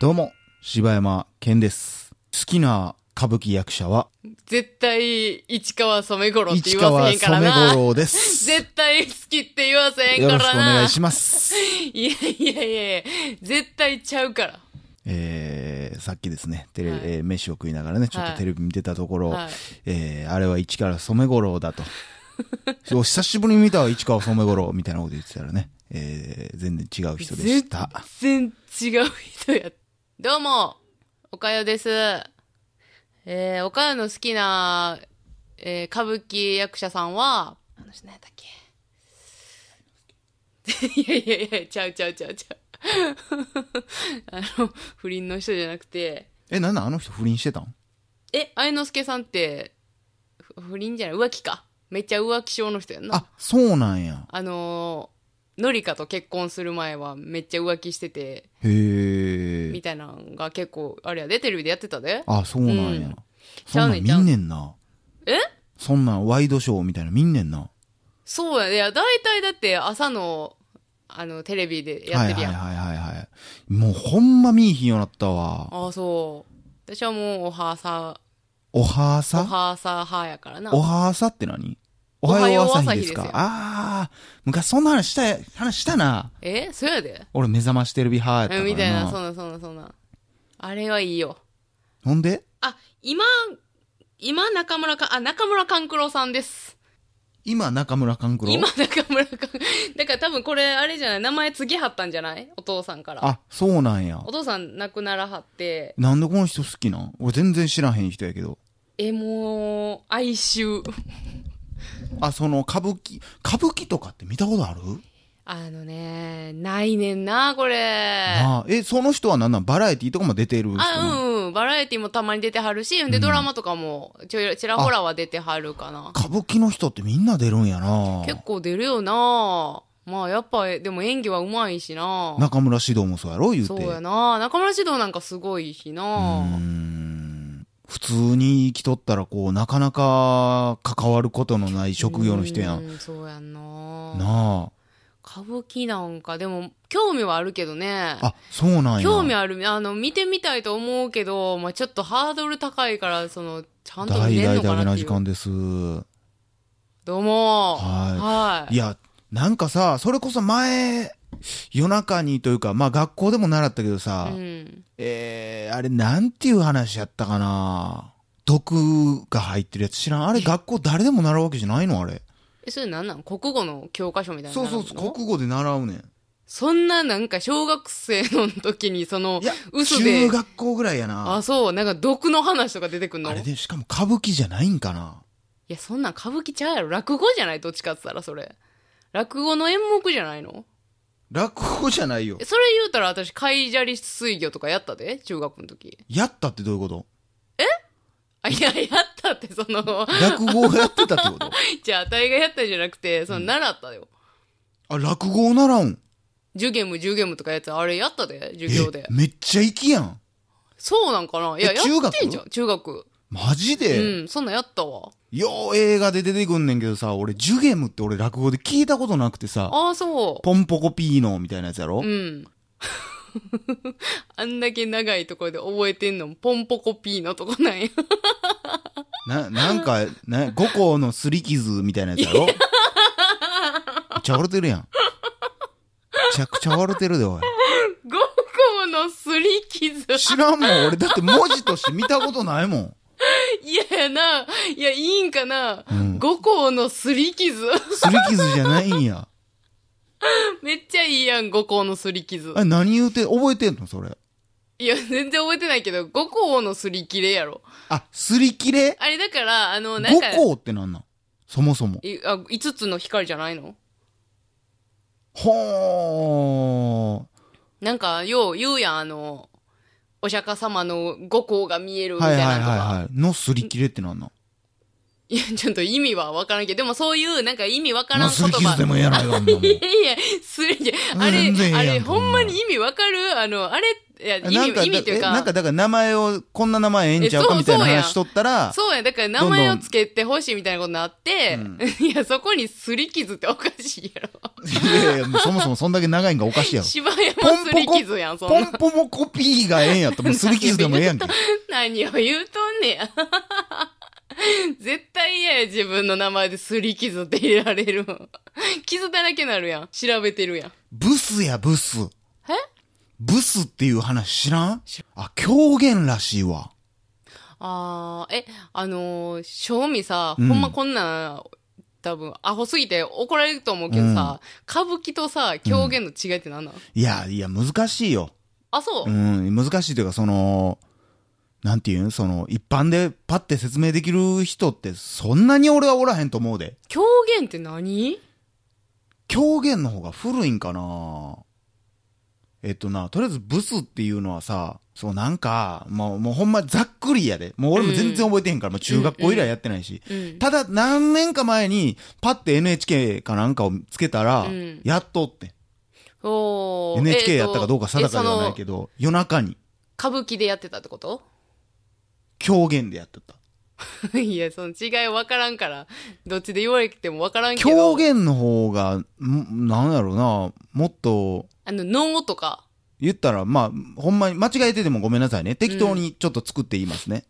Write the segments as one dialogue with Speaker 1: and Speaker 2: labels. Speaker 1: どうも、柴山健です。好きな歌舞伎役者は、
Speaker 2: 絶対、市川染五郎って
Speaker 1: 市
Speaker 2: 言わ
Speaker 1: 川
Speaker 2: せへんから
Speaker 1: 染
Speaker 2: な。
Speaker 1: 五郎です。
Speaker 2: 絶対好きって言わせへん
Speaker 1: よ
Speaker 2: か
Speaker 1: ろし
Speaker 2: ら
Speaker 1: くお願
Speaker 2: な。
Speaker 1: いし ます。
Speaker 2: いやいやいや絶対ちゃうから。
Speaker 1: えー、さっきですね、テレビ、
Speaker 2: はい
Speaker 1: えー飯を食いながらね、ちょっ
Speaker 2: は
Speaker 1: と
Speaker 2: い
Speaker 1: テレビ見てたところ、
Speaker 2: はい
Speaker 1: えー、あれは市川染五郎だと。そう久しぶりに見たわ市川染五郎みたいなこと言ってたらね、えー、全然違う人でした。
Speaker 2: 全然違う人や。どうも、おかよです。えー、おかよの好きな、えー、歌舞伎役者さんは、あの人何やったっけ いやいやいや、ちゃうちゃうちゃうちゃう。 あの、不倫の人じゃなくて、
Speaker 1: え、なんなんあの人不倫してたん
Speaker 2: え、愛之助さんって、ふ不倫じゃない浮気か。めっちゃ浮気症の人やんな。
Speaker 1: あ、そうなんや。
Speaker 2: あのー、のりかと結婚する前はめっちゃ浮気してて、
Speaker 1: へー
Speaker 2: み。たいなのが結構、あれやで、テレビでやってたで。
Speaker 1: あ、そうなんや。
Speaker 2: うんち
Speaker 1: そ
Speaker 2: ゃ
Speaker 1: ん
Speaker 2: う
Speaker 1: な
Speaker 2: ね
Speaker 1: ん
Speaker 2: んちゃう
Speaker 1: 見んねんな。
Speaker 2: え
Speaker 1: そんなんワイドショーみたいなの見んねんな。
Speaker 2: そうやで、いや、大体だって朝の、あの、テレビでやってるやん。
Speaker 1: はいはいはいはいはい。もうほんま見いひんようになったわ。
Speaker 2: ああ、そう。私はもう、おはーさ、
Speaker 1: おはー
Speaker 2: お
Speaker 1: さ
Speaker 2: はーさ派やからな。
Speaker 1: おはーさって何お
Speaker 2: お
Speaker 1: は
Speaker 2: は
Speaker 1: よ
Speaker 2: よ
Speaker 1: う
Speaker 2: う
Speaker 1: 朝
Speaker 2: 朝
Speaker 1: 日で
Speaker 2: 日ですす
Speaker 1: か
Speaker 2: よ
Speaker 1: あー、昔そんな話した、話したな。
Speaker 2: えそうやで。
Speaker 1: 俺目覚ましテレビ派やったから
Speaker 2: うん
Speaker 1: な。
Speaker 2: みたいな、そんな、そんな、そんな。あれはいいよ。
Speaker 1: ほんで
Speaker 2: あ、今、今、中村か、あ、中村勘九郎さんです。
Speaker 1: 今中村勘九郎
Speaker 2: 今、中村勘、 だから多分これ、あれじゃない名前次はったんじゃないお父さんから。
Speaker 1: あ、そうなんや
Speaker 2: お。父さん亡くならはって、
Speaker 1: なんでこの人好きなん俺全然知らへん人やけど。
Speaker 2: え、もう、哀愁。
Speaker 1: あ、その歌舞伎、歌舞伎とかって見たことある
Speaker 2: あのね、ないねんな、これ。
Speaker 1: あ
Speaker 2: あ、
Speaker 1: あえ、その人はなんなんバラエティとかも出てる人なの
Speaker 2: うん、うん。バラエティもたまに出てはるし、で、ドラマとかも、ちょい、ちらほらは出てはるかな。
Speaker 1: 歌舞伎の人ってみんな出るんやな
Speaker 2: 結構出るよな。まあ、やっぱ、でも演技は上手いしな。
Speaker 1: 中村獅童もそうやろ言うて。
Speaker 2: そうやな。中村指導なんかすごいしな。
Speaker 1: うーん普通に生きとったら、こう、なかなか関わることのない職業の人やん。
Speaker 2: うそうやんな。
Speaker 1: な
Speaker 2: 歌舞伎なんか、でも、興味はあるけどね。
Speaker 1: あ。あ、そうなんや。
Speaker 2: 興味ある、あの、見てみたいと思うけど、まあちょっとハードル高いから、その、ちゃんと見
Speaker 1: 大
Speaker 2: れん
Speaker 1: 々
Speaker 2: のか
Speaker 1: だけ
Speaker 2: なっ
Speaker 1: な
Speaker 2: てい
Speaker 1: 時
Speaker 2: う。
Speaker 1: 間です。
Speaker 2: どうも。
Speaker 1: は。
Speaker 2: はい
Speaker 1: いや、なんかさ、それこそ前、夜中にというか、まあ学校でも習ったけどさ、
Speaker 2: うん。
Speaker 1: えー、あれなんていう話やったかな毒が入ってるやつ知らんあれ学校誰でも習うわけじゃないのあれ。
Speaker 2: え、それなんなん国語の教科書みたいな
Speaker 1: そ
Speaker 2: の
Speaker 1: う
Speaker 2: なる
Speaker 1: そ
Speaker 2: の。
Speaker 1: うそう、国語で習うねん。
Speaker 2: そんななんか小学生の時に、その
Speaker 1: いや、、
Speaker 2: 嘘
Speaker 1: 中
Speaker 2: で。
Speaker 1: 学校ぐらいやな。
Speaker 2: あ、そう、なんか毒の話とか出てくんの
Speaker 1: あれ
Speaker 2: い
Speaker 1: で、しかも歌舞伎じゃないんかな
Speaker 2: や、そんなん歌舞伎ちゃうやろ。落語じゃないどっちかって言ったら、それ。落語の演目じゃないの
Speaker 1: 落語じゃないよ
Speaker 2: え。それ言うたら私、海砂利水魚とかやったで中学の時。
Speaker 1: やったってどういうこと
Speaker 2: あ、いや、やったって、その、
Speaker 1: 落語をやってたって こと
Speaker 2: じゃあ、あたいがやったんじゃなくて、その、習ったよ。
Speaker 1: あ、落語を習うん。
Speaker 2: ジュゲム、ジュゲムとかやつ、あれやったで、授業で
Speaker 1: え。めっちゃ粋やん。
Speaker 2: そうなんかないや、
Speaker 1: え
Speaker 2: や
Speaker 1: 中学
Speaker 2: ってんじゃん、中学。
Speaker 1: マジで、
Speaker 2: うん、そんなんやったわ。
Speaker 1: よう映画で出てくんねんけどさ、俺、ジュゲムって俺落語で聞いたことなくてさ、
Speaker 2: ああ、そ
Speaker 1: ポンポコピーノみたいなやつやろ、
Speaker 2: う。うん。 あんだけ長いところで覚えてんの、ポンポコピーのとこなんや。
Speaker 1: な、なんか、な、五個のすり傷みたいなやつやろめっちゃ笑てるやん。めちゃくちゃ笑てるで、おい。
Speaker 2: ゴ個のすり傷。
Speaker 1: 知らんもん、俺。だって文字として見たことないもん。
Speaker 2: いややな。いや、いいんかな。
Speaker 1: うん
Speaker 2: 五個のすり傷。
Speaker 1: すり傷じゃないんや。
Speaker 2: めっちゃいいやん、五個のすり傷。
Speaker 1: あ、何言うて、覚えてんのそれ。
Speaker 2: いや、全然覚えてないけど、五個のすり切れやろ。
Speaker 1: あ、すり切れ
Speaker 2: あれだから、あの、なんか、
Speaker 1: 五行ってなんなんそもそも。
Speaker 2: いあ5つの光じゃないの
Speaker 1: ほ
Speaker 2: なんか、よう言うやん、あの、お釈迦様の五光が見え
Speaker 1: ー。
Speaker 2: るみた
Speaker 1: はいいはいはい
Speaker 2: なのとか。
Speaker 1: はい。のすり切れってなんなん
Speaker 2: いや、ちょっと意味はわからんけど、でもそういう、なんか意味わから
Speaker 1: まあ
Speaker 2: ん
Speaker 1: す
Speaker 2: 言
Speaker 1: り傷
Speaker 2: 葉。
Speaker 1: でもええやないか、あんなもん
Speaker 2: いやいや、すり切れ、あ
Speaker 1: 全然ええ
Speaker 2: れ、
Speaker 1: やん
Speaker 2: あ
Speaker 1: こ
Speaker 2: れ、
Speaker 1: んなん
Speaker 2: ほんまに意味わかるあの、あれ、いや、意
Speaker 1: なんか
Speaker 2: 味、意味っていう
Speaker 1: え
Speaker 2: か、
Speaker 1: なんかだから名前を、こんな名前ええんちゃうかみたいな
Speaker 2: えそうそうやん
Speaker 1: 話しとったら、
Speaker 2: そうや、だから名前をつ けてほしいみたいなことになって、いや、そこにすり傷っておかしいやろ。
Speaker 1: いやいやいや、もうそもそもそんだけ長いんがおかしいやろ。
Speaker 2: 芝山すり傷やん、そん
Speaker 1: ポ
Speaker 2: な
Speaker 1: ン。ポもコピーがええんやったら、もうすり傷でもええ やんけ。
Speaker 2: 何を言うとんねや。 絶対嫌や、自分の名前で擦り傷って入れられる ん。傷だらけなるやん。調べてるやん。
Speaker 1: ブスやブス。
Speaker 2: え
Speaker 1: ブスっていう話知らん
Speaker 2: 知
Speaker 1: あ、狂言らしいわ。
Speaker 2: あー、え、あのー、正味さ、
Speaker 1: うん
Speaker 2: ほんまこんなん、多分、アホすぎて怒られると思うけどさ、歌舞伎とさ、狂言の違いって何なの、
Speaker 1: いや、いや、難しいよ。
Speaker 2: あ、そうう、
Speaker 1: ん、難しいというか、その、なんていうんその、一般でパッて説明できる人って、そんなに俺はおらへんと思うで。
Speaker 2: 狂言って何
Speaker 1: 狂言の方が古いんかなえっとな、とりあえずブスっていうのはさ、そうなんか、もう、もうほんまざっくりやで。もう俺も全然覚えてへんから、もう中学校以来やってないし。
Speaker 2: うん。
Speaker 1: ただ、何年か前に、パッて NHK かなんかをつけたら、
Speaker 2: うん
Speaker 1: やっとって。
Speaker 2: おー
Speaker 1: NHK やったかどうか定かではない
Speaker 2: ど。えその
Speaker 1: けど、夜中に
Speaker 2: 歌舞伎でやってたってこと
Speaker 1: 狂言でやってた。
Speaker 2: いや、その違い分からんから、どっちで言われても分からんけど。
Speaker 1: 狂言の方が、んなんやろうな、もっと、
Speaker 2: あの、脳とか。
Speaker 1: 言ったら、まあ、ほんまに、間違えててもごめんなさいね。適当にちょっと作って言いますね。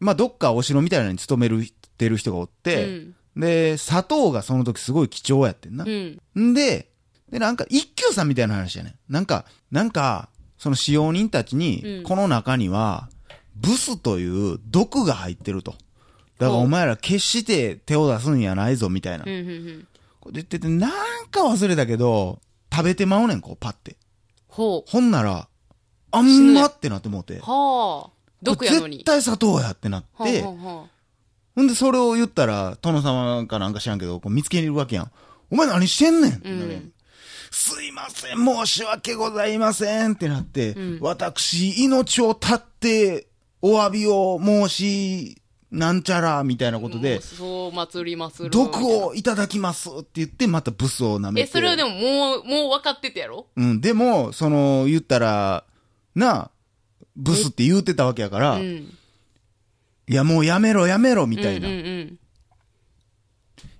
Speaker 1: まあ、どっかお城みたいなのに勤める、てる人がおっ
Speaker 2: う
Speaker 1: て、
Speaker 2: ん。
Speaker 1: で、砂糖がその時すごい貴重やってんな
Speaker 2: う。ん。
Speaker 1: んで、で、なんか、一休さんみたいな話やねん。なんか、なんか、その使用人たちに、
Speaker 2: うん
Speaker 1: この中には、ブスという毒が入ってると。だから
Speaker 2: ほう
Speaker 1: お前ら決して手を出すんやないぞ、みたいな
Speaker 2: うん。。うん。うん。
Speaker 1: こう言ってて、なんか忘れたけど、食べてまうねん、こう、パって。
Speaker 2: ほ
Speaker 1: ほんなら、あ
Speaker 2: 死ぬ
Speaker 1: ん
Speaker 2: ね
Speaker 1: まってなってもうて
Speaker 2: う。。はあ。毒やのに。
Speaker 1: 絶対砂糖やってなって
Speaker 2: はあ、はあはあ
Speaker 1: ほんでそれを言ったら、殿様かなんか知らんけど、こう見つけにいるわけやん。お前何してんねんってなるやん
Speaker 2: うん
Speaker 1: すいません、申し訳ございませんってなって、
Speaker 2: うん
Speaker 1: 私、命を絶って、お詫びを申し、なんちゃら、みたいなこと
Speaker 2: も
Speaker 1: で
Speaker 2: う、そう、祭りまする。
Speaker 1: 毒をいただきますって言って、またブスを舐めて。
Speaker 2: え、それはでももう、もう分かっててやろ
Speaker 1: うん、でも、その、言ったら、なあ、ブスって言うてたわけやから、
Speaker 2: うん。
Speaker 1: いや、もうやめろやめろ、みたいな。
Speaker 2: うんうん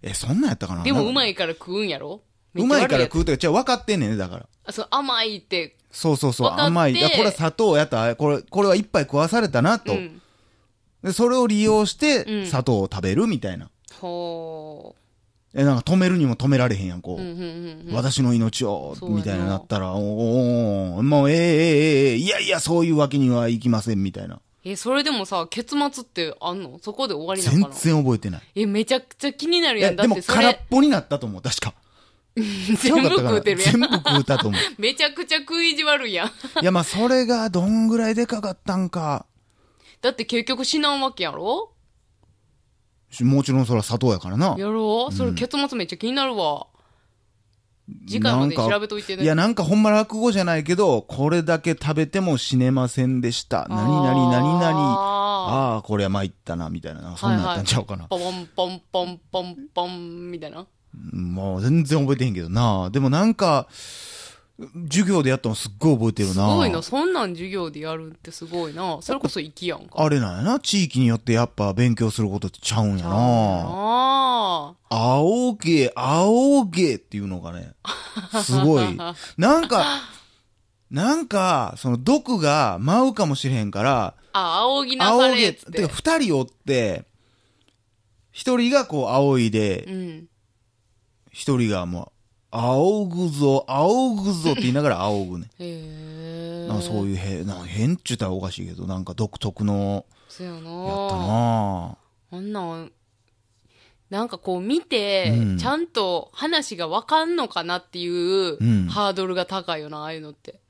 Speaker 1: え、そんなんやったか
Speaker 2: う。
Speaker 1: なん
Speaker 2: でもうま
Speaker 1: い。
Speaker 2: いから食うんやろ
Speaker 1: うまいから食
Speaker 2: う。
Speaker 1: うとか、じゃあ分かってんねんね、だから。
Speaker 2: あ、そう、甘いって。
Speaker 1: そうそうそう、
Speaker 2: 分かって
Speaker 1: 甘い。あこれは砂糖やった、あこれ、これは一杯食わされたな、と。
Speaker 2: うん。
Speaker 1: で、それを利用し
Speaker 2: う
Speaker 1: て、
Speaker 2: ん
Speaker 1: 砂糖を食べるみたいな。
Speaker 2: ほ
Speaker 1: え、なんか止めるにも止められへんやん、こ
Speaker 2: う。
Speaker 1: う。
Speaker 2: うんうんうんうん。
Speaker 1: 私の命を
Speaker 2: そうやな
Speaker 1: みたいななったら、おーおーおーもうええええええいやいや、そういうわけにはいきません、みたいな。
Speaker 2: え、それでもさ、結末ってあんのそこで終わりな
Speaker 1: 全
Speaker 2: のかな
Speaker 1: 然覚えてない。
Speaker 2: え、めちゃくちゃ気になるや
Speaker 1: え
Speaker 2: ん。だ
Speaker 1: で
Speaker 2: っ
Speaker 1: も
Speaker 2: て、そ
Speaker 1: 空っ
Speaker 2: れ、
Speaker 1: ぽになったと思う、確か。
Speaker 2: 全部
Speaker 1: ちゃうか
Speaker 2: 食
Speaker 1: っ
Speaker 2: うて
Speaker 1: た
Speaker 2: る
Speaker 1: かな全
Speaker 2: やん。
Speaker 1: 部食うたと思う。
Speaker 2: めちゃくちゃ食い意地悪いやん。
Speaker 1: いや、まあ、それがどんぐらいでかかったんか。
Speaker 2: だって結局死なんわけやろ
Speaker 1: しもちろんそれは砂糖やからな。
Speaker 2: やろうそれ結末めっちゃ気になるわ。次回まで
Speaker 1: なんか
Speaker 2: 調べといてね。
Speaker 1: いや、なんかほんま落語じゃないけど、これだけ食べても死ねませんでした。何々何々。
Speaker 2: あ
Speaker 1: ああー、これは参ったな、みたいな。そんなんやったんちゃうかな
Speaker 2: ー。。ポンポンポンポンポン、みたいな。
Speaker 1: うんもう全然覚えてへんけどな。でもなんか、授業でやったのすっごい覚えてるな。
Speaker 2: すごいな。そんなん授業でやるってすごいな。それこそ行きやんか。
Speaker 1: あれなんやな。地域によってやっぱ勉強することってちゃうんやな。
Speaker 2: あ
Speaker 1: 青毛、青毛っていうのがね、すごい。なんか、なんか、その毒が舞うかもしれへんから、
Speaker 2: あ。あ、仰ぎな
Speaker 1: 青
Speaker 2: され
Speaker 1: 毛、
Speaker 2: っつって
Speaker 1: か
Speaker 2: て。
Speaker 1: 二人おって、一人がこう仰いで
Speaker 2: う、ん。
Speaker 1: 一人がもう、仰ぐぞ、仰ぐぞって言いながら仰ぐね。
Speaker 2: へえ。
Speaker 1: なんかそういうへ、なんか変っちゅったらおかしいけど、なんか独特の、
Speaker 2: そうやな。
Speaker 1: やったな
Speaker 2: あんなん、なんかこう見て、
Speaker 1: うん
Speaker 2: ちゃんと話がわかんのかなっていう
Speaker 1: うん
Speaker 2: ハードルが高いよな、ああいうのって。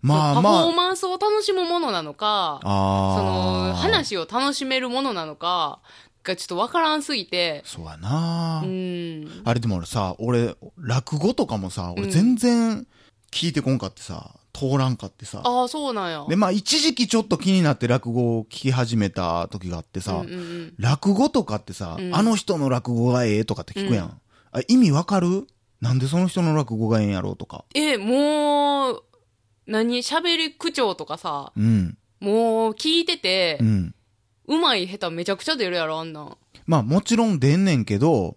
Speaker 1: ま
Speaker 2: そ
Speaker 1: あ
Speaker 2: のパフォー
Speaker 1: ま
Speaker 2: マンスを楽しむものなのか、
Speaker 1: あ、あ
Speaker 2: そ
Speaker 1: あ
Speaker 2: の
Speaker 1: ー。
Speaker 2: 話を楽しめるものなのか、がちょっとわからんすぎて、
Speaker 1: そうやな
Speaker 2: うん。
Speaker 1: あれでも俺さ、俺、落語とかもさ、
Speaker 2: う
Speaker 1: 俺
Speaker 2: ん
Speaker 1: 全然聞いてこんかってさ、通らんかってさ。
Speaker 2: ああ、そうなんや。
Speaker 1: で、まあ一時期ちょっと気になって落語を聞き始めた時があってさ、
Speaker 2: うんうんうん、
Speaker 1: 落語とかってさ、
Speaker 2: うん
Speaker 1: あの人の落語がええとかって聞くやん。
Speaker 2: う
Speaker 1: あ意味わかるなんでその人の落語がええんやろうとか。
Speaker 2: え、もう、何喋り口調とかさ、
Speaker 1: うん。
Speaker 2: もう聞いてて
Speaker 1: う、ん。
Speaker 2: うまい下手めちゃくちゃ出るやろ、あんなん。
Speaker 1: まあもちろん出んねんけど、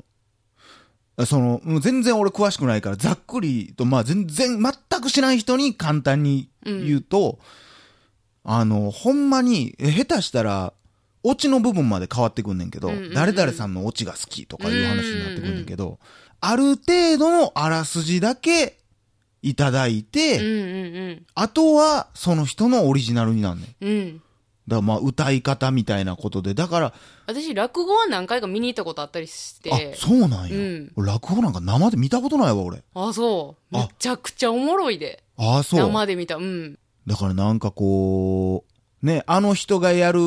Speaker 1: その、もう全然俺詳しくないから、ざっくりと、まあ全然、全く知らん人に簡単に言うと、あの、ほんまに、え下手したら、オチの部分まで変わってくんねんけど、
Speaker 2: うんうんうん
Speaker 1: 誰々さんのオチが好きとかいう話になってくんねんけど、ある程度のあらすじだけいただいて、
Speaker 2: うんうん
Speaker 1: あとはその人のオリジナルになんねん。
Speaker 2: うん。うん。
Speaker 1: だからまあ歌い方みたいなことで、だから、
Speaker 2: 私、落語は何回か見に行ったことあったりして。
Speaker 1: あ、そうなんや。
Speaker 2: うん
Speaker 1: 俺落語なんか生で見たことないわ、俺。
Speaker 2: あ、そう。
Speaker 1: あ
Speaker 2: めちゃくちゃおもろいで。
Speaker 1: ああ、そう。
Speaker 2: 生で見た。うん。
Speaker 1: だからなんかこう、ね、あの人がやる、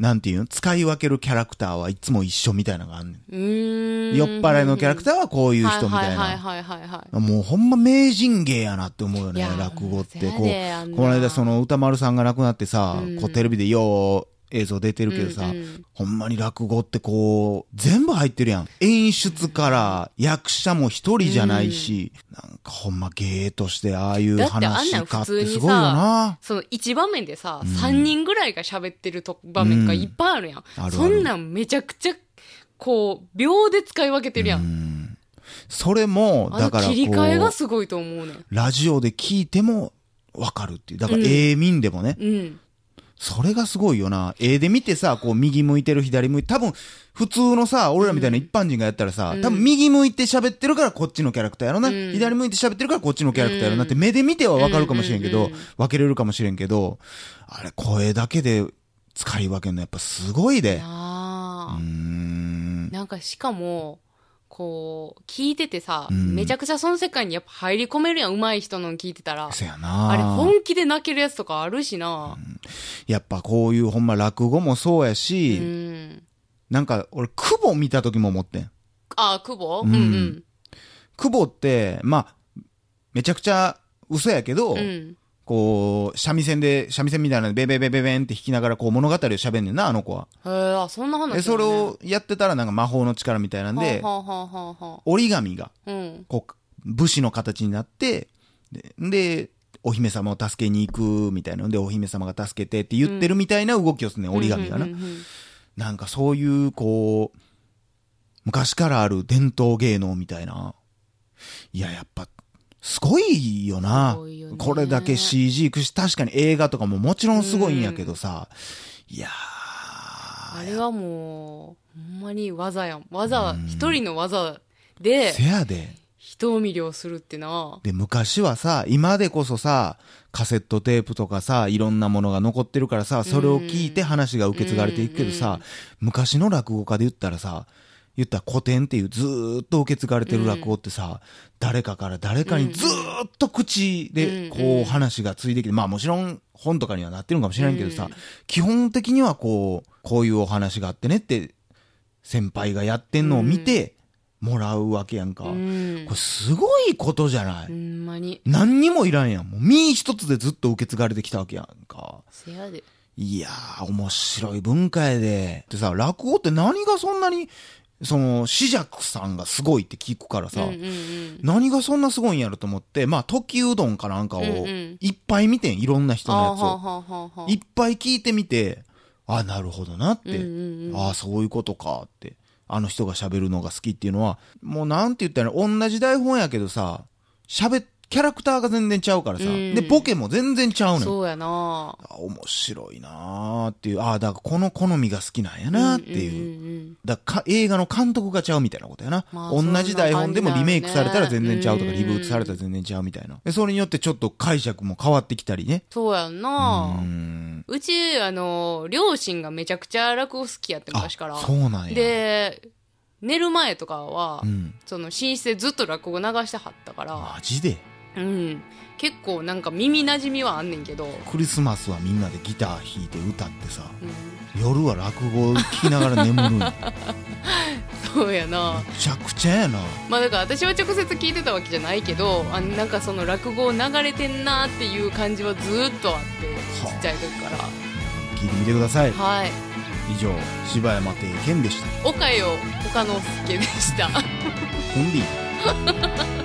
Speaker 1: なんていうの使い分けるキャラクターはいつも一緒みたいなのがあんね
Speaker 2: うー
Speaker 1: ん。
Speaker 2: ん。
Speaker 1: 酔っ払いのキャラク
Speaker 2: タ
Speaker 1: ターはこういう人みたい
Speaker 2: はい
Speaker 1: な。
Speaker 2: はいはいはい、は
Speaker 1: もうほんま名人芸やなって思うよ
Speaker 2: い。い
Speaker 1: ね
Speaker 2: や、
Speaker 1: 落語って。
Speaker 2: せや
Speaker 1: こう、
Speaker 2: であんな
Speaker 1: この間その歌丸さんが亡くなってさ、
Speaker 2: うん
Speaker 1: こうテレビでよう映像出てるけどさ、
Speaker 2: うんうん
Speaker 1: ほんまに落語ってこう、全部入ってるやん。演出から役者も一人じゃないし、なんかほんま芸としてああいう
Speaker 2: だってあんなん
Speaker 1: 話し家っ
Speaker 2: 普通
Speaker 1: て
Speaker 2: にさ
Speaker 1: すごいよな。
Speaker 2: その一場面でさ、
Speaker 1: うん
Speaker 2: 三人ぐらいが喋ってると場面がいっぱいあるやん。
Speaker 1: あるある
Speaker 2: そんなんめちゃくちゃ、こう、秒で使い分けてるやん。
Speaker 1: うんそれも、
Speaker 2: あ
Speaker 1: だか
Speaker 2: の
Speaker 1: らこ
Speaker 2: 切り替えが
Speaker 1: う、
Speaker 2: すごいと思うねん。
Speaker 1: ラジオで聞いてもわかるっていう。だから
Speaker 2: うん
Speaker 1: ええ民でもね、
Speaker 2: うん。
Speaker 1: それがすごいよな。絵で見てさ、こう右向いてる左向いて、多分普通のさ、俺らみたいな一般人がやったらさ、
Speaker 2: うん
Speaker 1: 多分右向いて喋ってるからこっちのキャラクターやろな、
Speaker 2: うん
Speaker 1: 左向いて喋ってるからこっちのキャラクターやろなって目で見てはわかるかもしれんけど、
Speaker 2: うんうんうん
Speaker 1: 分けれるかもしれんけど、あれ声だけで使い分けるのやっぱすごいで。うー
Speaker 2: なあ、
Speaker 1: ん。
Speaker 2: なんかしかも、こう、聞いててさ、
Speaker 1: うん
Speaker 2: めちゃくちゃその世界にやっぱ入り込めるやん、上手い人の聞いてたら。
Speaker 1: そやな
Speaker 2: あれ本気で泣けるやつとかあるしな。
Speaker 1: やっぱこういうほんま落語もそうや
Speaker 2: う
Speaker 1: し、
Speaker 2: ん。
Speaker 1: なんか俺、久保見た時も思ってん。
Speaker 2: あ、久保
Speaker 1: う
Speaker 2: うんんうん。
Speaker 1: 久保って、まあ、めちゃくちゃ嘘やけど、
Speaker 2: うん。
Speaker 1: こう、三味線で、三味線みたいなので、ベベベベベンって弾きながらこう物語を喋んねんな、あの子は。
Speaker 2: へえ、あ、そんな話なん
Speaker 1: で、
Speaker 2: ね
Speaker 1: それをやってたらなんか魔法の力みたいなんで、
Speaker 2: はあはあはあはあは
Speaker 1: 折り紙が、
Speaker 2: あ。うん。
Speaker 1: こう、武士の形になって、で、でお姫様を助けに行くみたいなので、お姫様が助けてって言ってるみたいな動きをするねん、折り紙がな。
Speaker 2: うんうんうんうん
Speaker 1: なんかそういう、こう、昔からある伝統芸能みたいな。いや、やっぱ、すごいよな
Speaker 2: す。ごいよね
Speaker 1: これだけ CG くし、確かに映画とかももちろんすごいんやけどさ。いやー
Speaker 2: あれはもう、ほんまに技やん。技、一人の技で
Speaker 1: せやで。
Speaker 2: 人を魅了するってな。
Speaker 1: で、昔はさ、今でこそさ、カセットテープとかさ、いろんなものが残ってるからさ、それを聞いて話が受け継がれていくけど
Speaker 2: うんう
Speaker 1: さ、昔の落語家で言ったらさ、言ったら古典っていうずーっと受け継がれてる落語ってさ、誰かから誰かにずーっと口で
Speaker 2: うんう
Speaker 1: こ
Speaker 2: ん
Speaker 1: う話がついてきて、まあもちろん本とかにはなってるんかもしれないけど
Speaker 2: う
Speaker 1: さ
Speaker 2: ん、
Speaker 1: 基本的にはこう、こういうお話があってねって、先輩がやってんのを見て、もらうわけやんか。
Speaker 2: う
Speaker 1: こ
Speaker 2: ん
Speaker 1: れ。すごいことじゃない
Speaker 2: ほんまに。
Speaker 1: 何にもいらんやん。もう身一つでずっと受け継がれてきたわけやんか。
Speaker 2: せやで。
Speaker 1: いやー、面白い文化やで。でさ、落語って何がそんなに、その、死者さんがすごいって聞くからさ、
Speaker 2: うんうんうん。
Speaker 1: 何がそんなすごいんやろと思って、まあ、時うどんかなんかを
Speaker 2: うんうん、
Speaker 1: いっぱい見てん、いろんな人
Speaker 2: あ
Speaker 1: の
Speaker 2: あは
Speaker 1: やつを。
Speaker 2: あはあはあはあ。
Speaker 1: いっぱい聞いてみて、あなるほどなって、
Speaker 2: うんうんうん
Speaker 1: ああ、そういうことかって、あの人が喋るのが好きっていうのは、もうなんて言ったらいいの、同じ台本やけどさ、喋、キャラクターが全然ちゃうからさ、
Speaker 2: うん
Speaker 1: で、ボケも全然ちゃうのよ。
Speaker 2: そうやな。
Speaker 1: あ面白いなーっていう、ああ、だからこの好みが好きなんやなーっていう。
Speaker 2: んんんん
Speaker 1: だからか映画の監督がちゃうみたいなことやな、
Speaker 2: まあ
Speaker 1: 同じ台本でも
Speaker 2: そんな感じだよね
Speaker 1: リメイクされたら全然ちゃうとか、
Speaker 2: うん
Speaker 1: リブートされたら全然ちゃうみたいな。で、それによってちょっと解釈も変わってきたりね。
Speaker 2: そうやんな
Speaker 1: う。ん
Speaker 2: うち、あの、両親がめちゃくちゃ落語好きやって、昔から
Speaker 1: あ。そうなんや。
Speaker 2: で、寝る前とかは
Speaker 1: う、ん。
Speaker 2: その寝室でずっと落語流してはったから、
Speaker 1: マジで
Speaker 2: うん。結構なんか耳馴染みはあんねんけど、
Speaker 1: クリスマスはみんなでギター弾いて歌ってさ、
Speaker 2: うん
Speaker 1: 夜は落語を聴きながら眠るんや め
Speaker 2: そうやな。
Speaker 1: ちゃくちゃやな。
Speaker 2: まあだから私は直接聞いてたわけじゃないけど、あなんかその落語流れてんなっていう感じはずーっとあって、
Speaker 1: はあ
Speaker 2: ちっちゃい時から。
Speaker 1: 聞いてみてください。
Speaker 2: はい。
Speaker 1: 以上、柴山亭健でした。
Speaker 2: 岡よ、岡之助でした。
Speaker 1: コンビ。